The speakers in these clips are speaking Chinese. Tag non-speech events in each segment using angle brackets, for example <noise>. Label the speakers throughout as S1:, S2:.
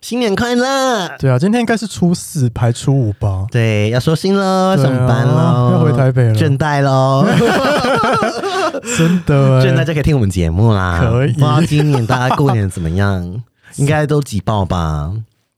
S1: 新年快乐！
S2: 对啊，今天应该是初四排初五
S1: <laughs>
S2: 吧？
S1: 对，要收心喽，
S2: 对啊
S1: 上班喽，
S2: 要回台北了
S1: 倦怠
S2: <laughs>
S1: 喽，
S2: 真的、
S1: 倦怠
S2: 欸，
S1: 就可以听我们节目啦。
S2: 可以
S1: 不知道今年大家过年怎么
S2: <laughs>
S1: 样？应该都挤爆吧？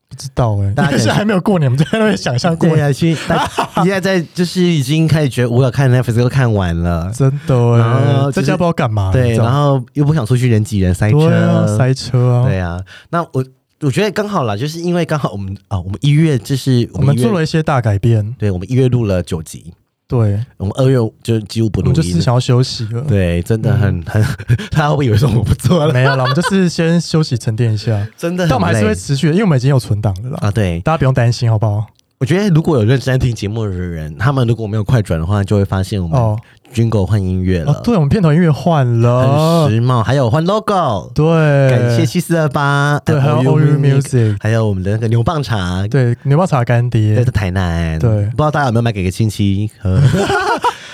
S2: 不知道哎、欸，
S1: 大
S2: 但
S1: 家可以
S2: 是还没有过年，我们在那边想象过
S1: <laughs> 对
S2: 年，
S1: 啊，去大
S2: <laughs>
S1: 现在在就是已经开始觉得无聊，看 Netflix 都看完了，
S2: 真的
S1: 然
S2: 哎、
S1: 后
S2: 欸，
S1: 就
S2: 在
S1: 是
S2: 家不知道干嘛、你
S1: 对，
S2: 知道
S1: 然后又不想出去人挤人塞
S2: 对啊，
S1: 车，
S2: 塞车啊，
S1: 对啊，那我我觉得刚好啦，就是因为刚好我们啊，我们一月就是
S2: 我们
S1: 一月
S2: 做了一些大改变，
S1: 对，我们一月录了九集，
S2: 对，
S1: 我们二月就几乎不
S2: 我
S1: 录
S2: 们就
S1: 音
S2: 是
S1: 了。
S2: 想要休息了。
S1: 对，真的很很，大家会不会以为说我不做
S2: 嗯
S1: 了，
S2: 没有啦，我们就是先休息沉淀一下，
S1: 真的 <laughs> 很
S2: 但我们还是
S1: 累
S2: 会持续的，因为我们已经有存档了啦，
S1: 啊。对，
S2: 大家不用担心，好不好？
S1: 我觉得如果有认真在听节目的人，他们如果没有快转的话，就会发现我们
S2: 哦
S1: 军狗换音嗯乐了，
S2: 哦，对，我们片头音乐换了
S1: 很，时髦，还有换 logo，
S2: 对，
S1: 感谢七四二八，
S2: 对，还有
S1: OU
S2: O U Music，
S1: 还有我们的那个牛蒡茶，
S2: 对，牛蒡茶干
S1: 对，
S2: 爹
S1: 在，台南，
S2: 对
S1: 不知道大家有没有买给个亲戚
S2: <laughs>
S1: 喝，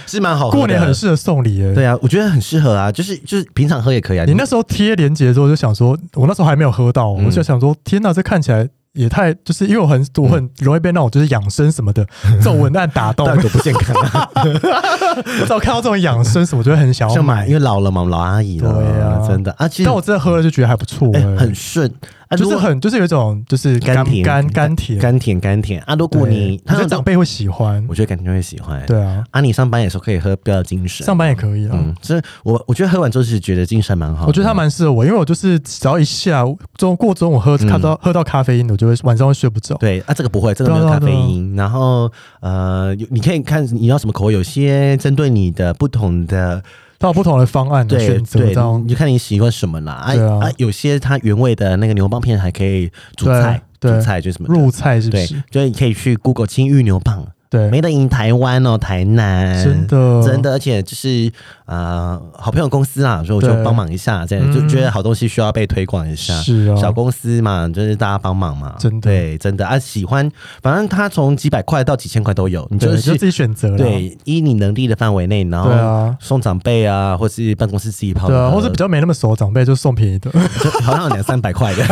S1: 是蛮好喝的。
S2: 过年很适合送礼耶。
S1: 对啊，我觉得很适合啊，就是就是平常喝也可以啊。
S2: 你那时候贴链接之后，就想说，我那时候还没有喝到，
S1: 嗯
S2: 我就想说，天哪，这看起来也太……就是因为我很我很容易被那种就是养生什么
S1: <laughs>
S2: 的这种文案打动，
S1: 但不健康 <laughs> 啊，
S2: 我只要看到这种养生什么，我就会很想要
S1: 像买，
S2: 买
S1: 因。为老了嘛，我们老阿姨了，
S2: 对啊
S1: 真的啊，其实
S2: 但我真的喝了就觉得还不错
S1: 哎、
S2: 耶，
S1: 很顺啊，
S2: 就
S1: 如
S2: 是
S1: 果
S2: 很就是有一种就是
S1: 甘
S2: 甘
S1: 甜
S2: 甘甘甜
S1: 甘甜甘甜啊。如果你
S2: 我觉得
S1: 那
S2: 长辈会喜欢
S1: 我，觉得感觉会喜欢。
S2: 对啊，
S1: 啊，你上班也时候可以喝，比较有精神。
S2: 上班也可以啦。
S1: 嗯，这我我觉得喝完之后是觉得精神蛮好的。
S2: 我觉得它蛮适合我，因为我就是只要一下午中过中午喝看到、喝到咖啡因，我就会晚上会睡不着。
S1: 嗯对啊，这个不会，这个没有
S2: 对
S1: 咖
S2: 啊对
S1: 啡
S2: 啊
S1: 因。然后呃，有你可以看你要什么口味，有些针对你的不同的
S2: 它有不同的方案的
S1: 对
S2: 选择，
S1: 对
S2: 这样，
S1: 你就看你喜欢什么啦。啊
S2: 对啊
S1: 有些它原味的那个牛蒡片还可以煮
S2: 对
S1: 菜，
S2: 对
S1: 煮菜就是什么的
S2: 入菜是不
S1: 对
S2: 是？，
S1: 就是你可以去 Google 青玉牛蒡，
S2: 对，
S1: 没得赢台湾哦，台南
S2: 真。的
S1: 真的，而且就是呃，好朋友公司啊，所以我就
S2: 对
S1: 帮忙一下，这
S2: 嗯
S1: 样就觉得好东西需要被推广一下。
S2: 是啊，
S1: 小公司嘛，就是大家帮忙嘛，
S2: 真的
S1: 对，真的啊，喜欢，反正他从几百块到几千块都有，你
S2: 对
S1: 就
S2: 你就是自己选择了。
S1: 对依你能力的范围内，然
S2: 对
S1: 后
S2: 啊，
S1: 送长辈啊，或是办公室自己泡
S2: 对
S1: 的
S2: 啊，
S1: 喝，
S2: 或者比较没那么熟的长辈就送便宜的，
S1: 就好像有两三百
S2: <laughs>
S1: 块的，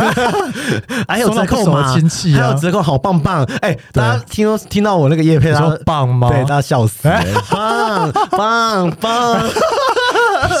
S1: 还有
S2: 送到
S1: 折
S2: 不
S1: 扣
S2: 熟
S1: 吗
S2: 的？亲戚
S1: 还有
S2: 啊，
S1: 折扣，好棒棒！哎，大家听说听到我那个叶
S2: <laughs>
S1: 配，
S2: 你
S1: 大
S2: 说
S1: 家
S2: 棒吗？
S1: 啊
S2: 哎
S1: 对大家笑死了，棒棒棒，
S2: <laughs>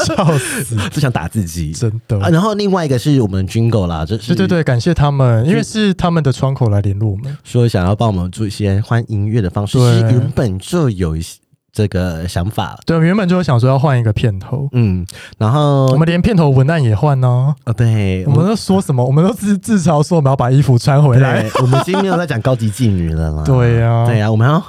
S2: 笑死，
S1: 只想打自己。
S2: 真的。
S1: 啊，然后另外一个是我们军狗啦，就是
S2: 对对对，感谢他们，因为是他们的窗口来联络我们。
S1: 说想要帮我们做一些换音乐的方式，
S2: 对
S1: 其实原本就有一些这个想法，
S2: 对，原本就想说要换一个片头，
S1: 嗯，然后
S2: 我们连片头文案也换啊呢、
S1: 哦，对，
S2: 我们都说什么？我们都自自嘲说我们要把衣服穿回来。
S1: 对，我们今天没有在讲高级妓女了啦，
S2: <laughs> 对啊呀
S1: 对呀、啊我们要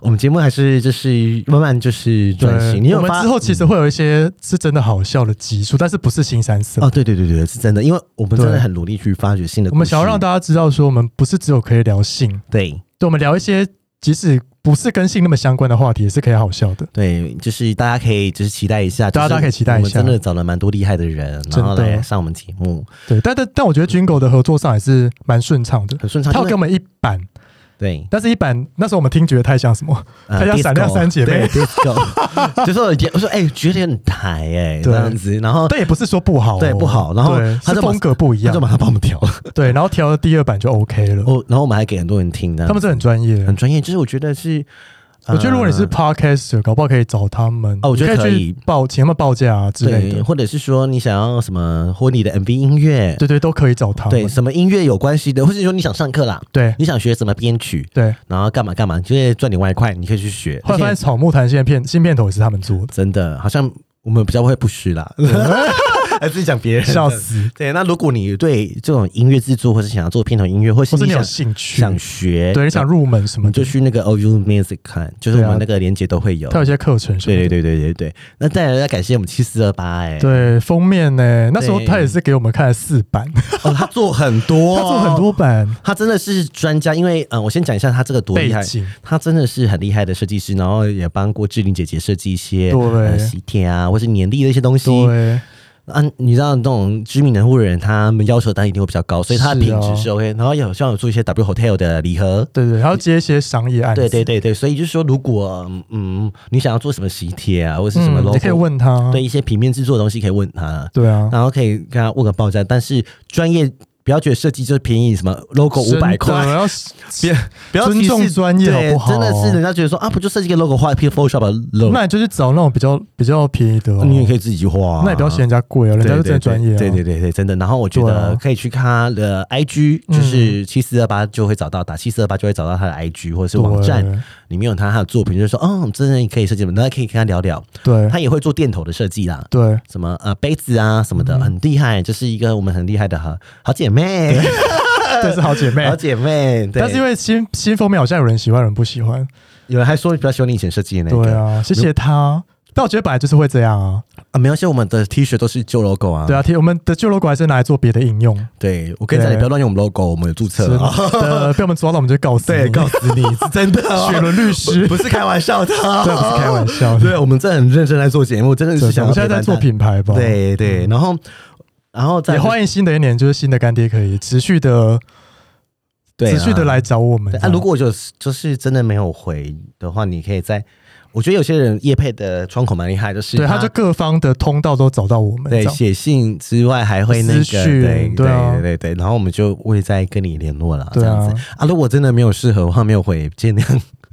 S1: 我们节目还是就是慢慢就是转型，你有
S2: 我们
S1: 发嗯
S2: 之后其实会有一些是真的好笑的集数，但是不是新三色。
S1: 哦，对对对对，是真的，因为我们真的
S2: 对
S1: 很努力去发掘新的故事，
S2: 我们想要让大家知道，说我们不是只有可以聊性，
S1: 对。
S2: 对我们聊一些即使不是跟性那么相关的话题，也是可以好笑的。
S1: 对，就是大家可以就是期待一下，
S2: 大家
S1: 就是
S2: 大家可以期待一下
S1: 我们真的找了蛮多厉害的人，然后
S2: 真的
S1: 来上我们节目，
S2: 对，但但但我觉得军狗的合作上也是蛮顺畅的。
S1: 很顺畅。
S2: 他有
S1: 因为
S2: 给我们一版，
S1: 对，
S2: 但是一版那时候我们听觉得太像什
S1: <laughs>
S2: 么？
S1: 呃
S2: 太像
S1: disco，
S2: 闪亮三姐妹
S1: 对，disco，就
S2: <laughs>
S1: 是我觉得我说哎、觉得很台哎、这
S2: 对
S1: 样子，然后
S2: 但也不是说不好哦、
S1: 对不好然后
S2: 对
S1: 他
S2: 是
S1: 就把
S2: 风格不一
S1: 他
S2: 样
S1: 就，把它帮我们调了， <laughs>
S2: 对，然后调了第二版就 OK 了。
S1: 哦，然后我们还给很多人听的，
S2: 他们是很专业，
S1: 很专业，就是我觉得是，呃
S2: 我觉得如果你是 podcaster，搞不好可以找他们。
S1: 哦我觉得
S2: 你
S1: 可以
S2: 以去报请他们报价啊之类
S1: 对，
S2: 的，
S1: 或者是说你想要什么婚礼的 MV 音乐，
S2: 对对，都可以找他们。
S1: 对，什么音乐有关系的，或者说你想上课啦，
S2: 对
S1: 你想学什么编曲，
S2: 对。
S1: 然后干嘛干嘛，就是赚点外快，你可以去学，
S2: 后来发
S1: 而
S2: 现
S1: 且
S2: 草木谈现在片新片头也是他们做的，
S1: <laughs>
S2: <laughs>
S1: 真的好像我们比较会不虚啦。还是讲别人的
S2: 笑死。
S1: 对，那如果你对这种音乐制作，或是想要做片头音乐，或是
S2: 或是
S1: 你
S2: 你有
S1: 想
S2: 兴趣，
S1: 想学，
S2: 对，你想入门什么
S1: 你就
S2: 的，
S1: 去那个 O U Music 看，就是我们那个连接都会有。
S2: 它有一些课程什么的。
S1: 对对对对对对。那再来要感谢我们七四二八哎，
S2: 对封面呢，那时候他也是给我们看了四版，
S1: 哦，他做很多，
S2: <laughs> 他做很多，版
S1: 他真的是专家。因为嗯、呃我先讲一下他这个多
S2: 背
S1: 厉害。
S2: 景，
S1: 他真的是很厉害的设计师，然后也帮过志玲姐姐设计一些
S2: 对
S1: 呃喜帖啊，或是年历的一些东西。
S2: 对，
S1: 啊，你知道那种知名人物的人，他们要求当然一定会比较高，所以他
S2: 是
S1: 的品
S2: 啊
S1: 质是 OK、然后有像有做一些 W Hotel 的礼盒，
S2: 对对，然后接一些商业案子，
S1: 对对对对，所以就是说，如果嗯你想要做什么喜帖啊，或是什么
S2: 嗯
S1: logo，、
S2: 你可以问他，
S1: 对一些平面制作的东西可以问他，
S2: 对啊，
S1: 然后可以跟他问个报价，但是专业不要觉得设计就是便宜什么 logo 五百
S2: 真的
S1: 块。
S2: 要
S1: 别 <laughs> 不要
S2: 尊
S1: 歧视
S2: 重专业好
S1: 对
S2: 不好
S1: 真的是人家觉得说啊，不就设计个 logo 画 P Photoshop 的 logo，
S2: 那你就去找那种比较比较便宜的哦，
S1: 嗯你也可以自己画、啊，
S2: 那也不要嫌人家贵哦，人家是真的专业啊，
S1: 对对对对，真的。然后我觉
S2: 对
S1: 得
S2: 啊嗯
S1: 可以去看他的 IG，就是七四二八就会找到，打七四二八就会找到他的 IG 或者是
S2: 对，
S1: 网站里面有他他的作品，就是说，哦，真的你可以设计什么，那可以跟他聊聊。
S2: 对
S1: 他也会做电头的设计啦，
S2: 对，
S1: 什么呃杯子啊什
S2: 嗯
S1: 么的，很厉害，就是一个我们很厉害的好好姐妹，
S2: <laughs> 这是好姐妹
S1: <laughs> 好。姐妹。对
S2: 但是因为新新封面好像有人喜欢，有人不喜欢。
S1: 有人还说比较喜欢你以前设计的那
S2: 对
S1: 个
S2: 啊，谢谢他。但我觉得本来就是会这样啊。
S1: 啊，没有，现在我们的 T 恤都是旧 logo 啊。
S2: 对啊，贴我们的旧 logo 还是拿来做别的
S1: <laughs>
S2: 应用。
S1: 对我跟你讲，
S2: 对
S1: 你不要乱用我们 logo，我们有注册
S2: 真
S1: 啊。
S2: 的，被我们抓到我们就告死你。
S1: 对，告诉你是 <laughs> 真的
S2: <laughs>
S1: 哦，
S2: 雪伦律
S1: <laughs>
S2: 师，
S1: 不是开玩笑的，啊
S2: 这不是开玩笑的。
S1: 对，我们真的很认真在做节目，真的是
S2: 真的
S1: 想
S2: 我们
S1: 要
S2: 现在在做
S1: 陪
S2: 品牌吧。
S1: 伴大家，，对对，然后然后再
S2: 也欢迎新的一年，就是新的干爹可以持续的、
S1: 对啊
S2: 持续的来找我们
S1: 对。啊，如果我就是就是真的没有回的话，你可以在，我觉得有些人叶配的窗口蛮厉害，就是
S2: 对，他就各方的通道都找到我们。这
S1: 对
S2: 样
S1: 写信之外还会那个
S2: 私讯
S1: 对
S2: 对啊
S1: 对对对，然后我们就会再跟你联络了，这
S2: 对啊
S1: 样子啊。如果真的没有适合的话，没有回尽量，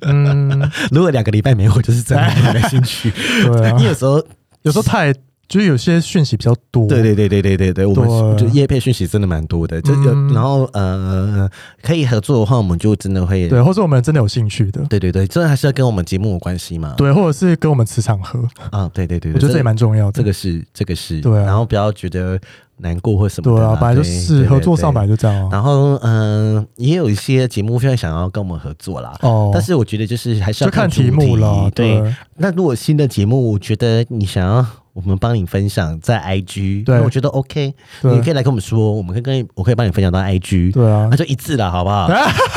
S2: 嗯，
S1: <laughs> 如果两个礼拜没回，就是真的没兴
S2: <laughs>
S1: 趣，
S2: 对啊
S1: 因为。有时候
S2: 有时候太就是有些讯息比较多，
S1: 对对对对对对对，我们
S2: 对
S1: 就叶片讯息真的蛮多的，就有、
S2: 嗯
S1: 然后呃，可以合作的话，我们就真的会
S2: 对，啊或者我们真的有兴趣的，
S1: 对对对，这还是要跟我们节目有关系嘛。
S2: 对，或者是跟我们磁场合，
S1: 啊，对对对
S2: 我
S1: 对，
S2: 觉得这也蛮重要
S1: 这
S2: 的。
S1: 个是这个是，
S2: 对啊
S1: 然后不要觉得难过或什么的
S2: 对
S1: 啦
S2: 啊，本来就是合作上。
S1: 对对对
S2: 本来就这样啊。
S1: 然后嗯、呃也有一些节目非常想要跟我们合作啦。
S2: 哦，
S1: 但是我觉得就是还是要
S2: 就看
S1: 主
S2: 题目了，
S1: 对，
S2: 对
S1: 那如果新的节目，我觉得你想要我们帮你分享在 IG，
S2: 对
S1: 那我觉得 OK，
S2: 对
S1: 你可以来跟我们说，我们可以跟你我可以帮你分享到 IG，
S2: 对啊
S1: 那、，就一致了，好
S2: <laughs>
S1: 不好？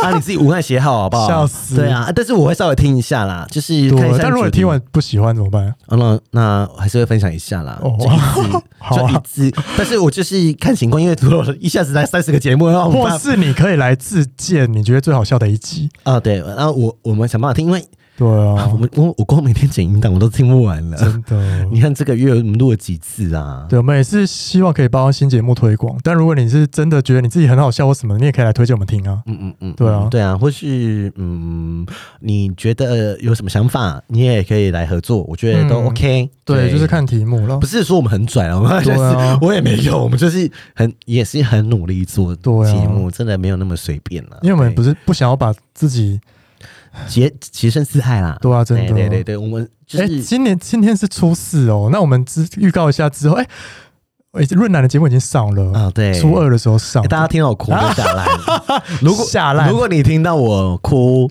S1: 啊，你自己文案写好，好不好？
S2: 笑死
S1: 对啊，啊但是我会稍微听一下啦，就是看一
S2: 对。
S1: 下。
S2: 但如果你听完，不喜欢怎么办？
S1: 哦，那那还是会分享一下啦，
S2: 哦
S1: 就一致，
S2: 好
S1: <laughs> 就
S2: 啊
S1: 一致。但是我就是看情况，因为如果一下子来三十个节目，然后我
S2: 或
S1: 们
S2: 是你可以来自荐你觉得最好笑的一集，
S1: 啊，对，然后我我们想办法听，因为
S2: 对
S1: 啊
S2: 啊
S1: <laughs> 我，们我我光每天剪音档我都听不完了。
S2: 真的。
S1: <laughs> 你看这个月我们录了几次啊？
S2: 对，我们也是希望可以帮新节目推广，但如果你是真的觉得你自己很好笑或什么，你也可以来推荐我们听啊。
S1: 嗯嗯嗯，
S2: 对啊
S1: 对啊，或是嗯，你觉得有什么想法，你也可以来合作，我觉得都
S2: 嗯
S1: OK、
S2: 对，就是看题目了
S1: 不。是说我们很拽了，我们 <laughs>
S2: 对
S1: 但
S2: 啊
S1: 是我也没有，我们就是很也是很努力做节
S2: 对啊
S1: 目，真的没有那么随便了。
S2: 因为我们
S1: 对
S2: 不是不想要把自己
S1: 洁洁身自爱啦，
S2: 对啊真的
S1: 对对对对，我们就
S2: 哎、
S1: 是
S2: 今年今天是初四哦，那我们之预告一下之后，哎、哎润南的节目已经上了，
S1: 啊，对，
S2: 初二的时候上
S1: 哎，大家听到我哭就下
S2: <laughs>
S1: 来，如果
S2: 下烂
S1: 如果你听到我哭，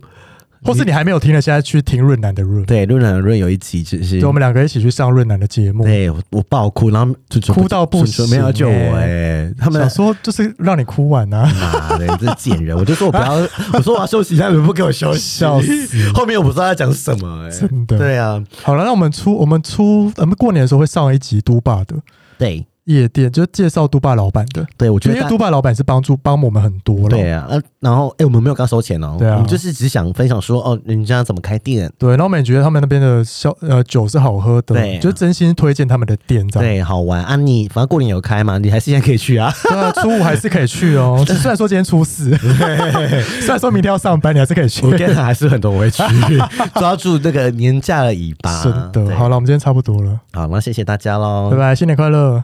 S2: 或是你还没有听的，现在去听润南的润，
S1: 对润润润有一集就是
S2: 对，我们两个一起去上润南的节目，
S1: 对我我爆哭，然后就
S2: 哭到不行
S1: 没有要救我哎、他们
S2: 想说就是让你哭完啊，
S1: 妈的，这贱人！我就说我不
S2: <laughs>
S1: 要，我说我要休息，他们不给我休息，
S2: 笑死！
S1: 后面我不知道要讲什么、哎，
S2: <laughs> 真的。
S1: 对啊，
S2: 好了，那我们初我们初我们过年的时候会上一集都霸的
S1: 对
S2: 夜店，就是介绍都霸老板的，
S1: 对，我觉
S2: 因
S1: 得
S2: 为
S1: 大
S2: 都霸老板是帮助帮我们很多了，
S1: 对啊，呃，然后哎、我们没有刚收钱哦，
S2: 对啊
S1: 我们就是只想分享说哦，人家怎么开店，
S2: 对，然后我们也觉得他们那边的消呃酒是好喝的，
S1: 对啊
S2: 就真心推荐他们的店这样。
S1: 对，好玩啊你，反正过年有开嘛，你还是现在可以去啊。
S2: 对啊，初五还是可以去哦。虽然说今天初四，虽然说明天要上班，你还是可以去。
S1: <laughs> 我跟他还是很多我会去， <laughs> 抓住那个年假的尾 <laughs> 巴。
S2: 真
S1: 对
S2: 的，好了，我们今天差不多了，
S1: 好，那谢谢大家喽，
S2: 拜拜，新年快乐！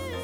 S1: 拜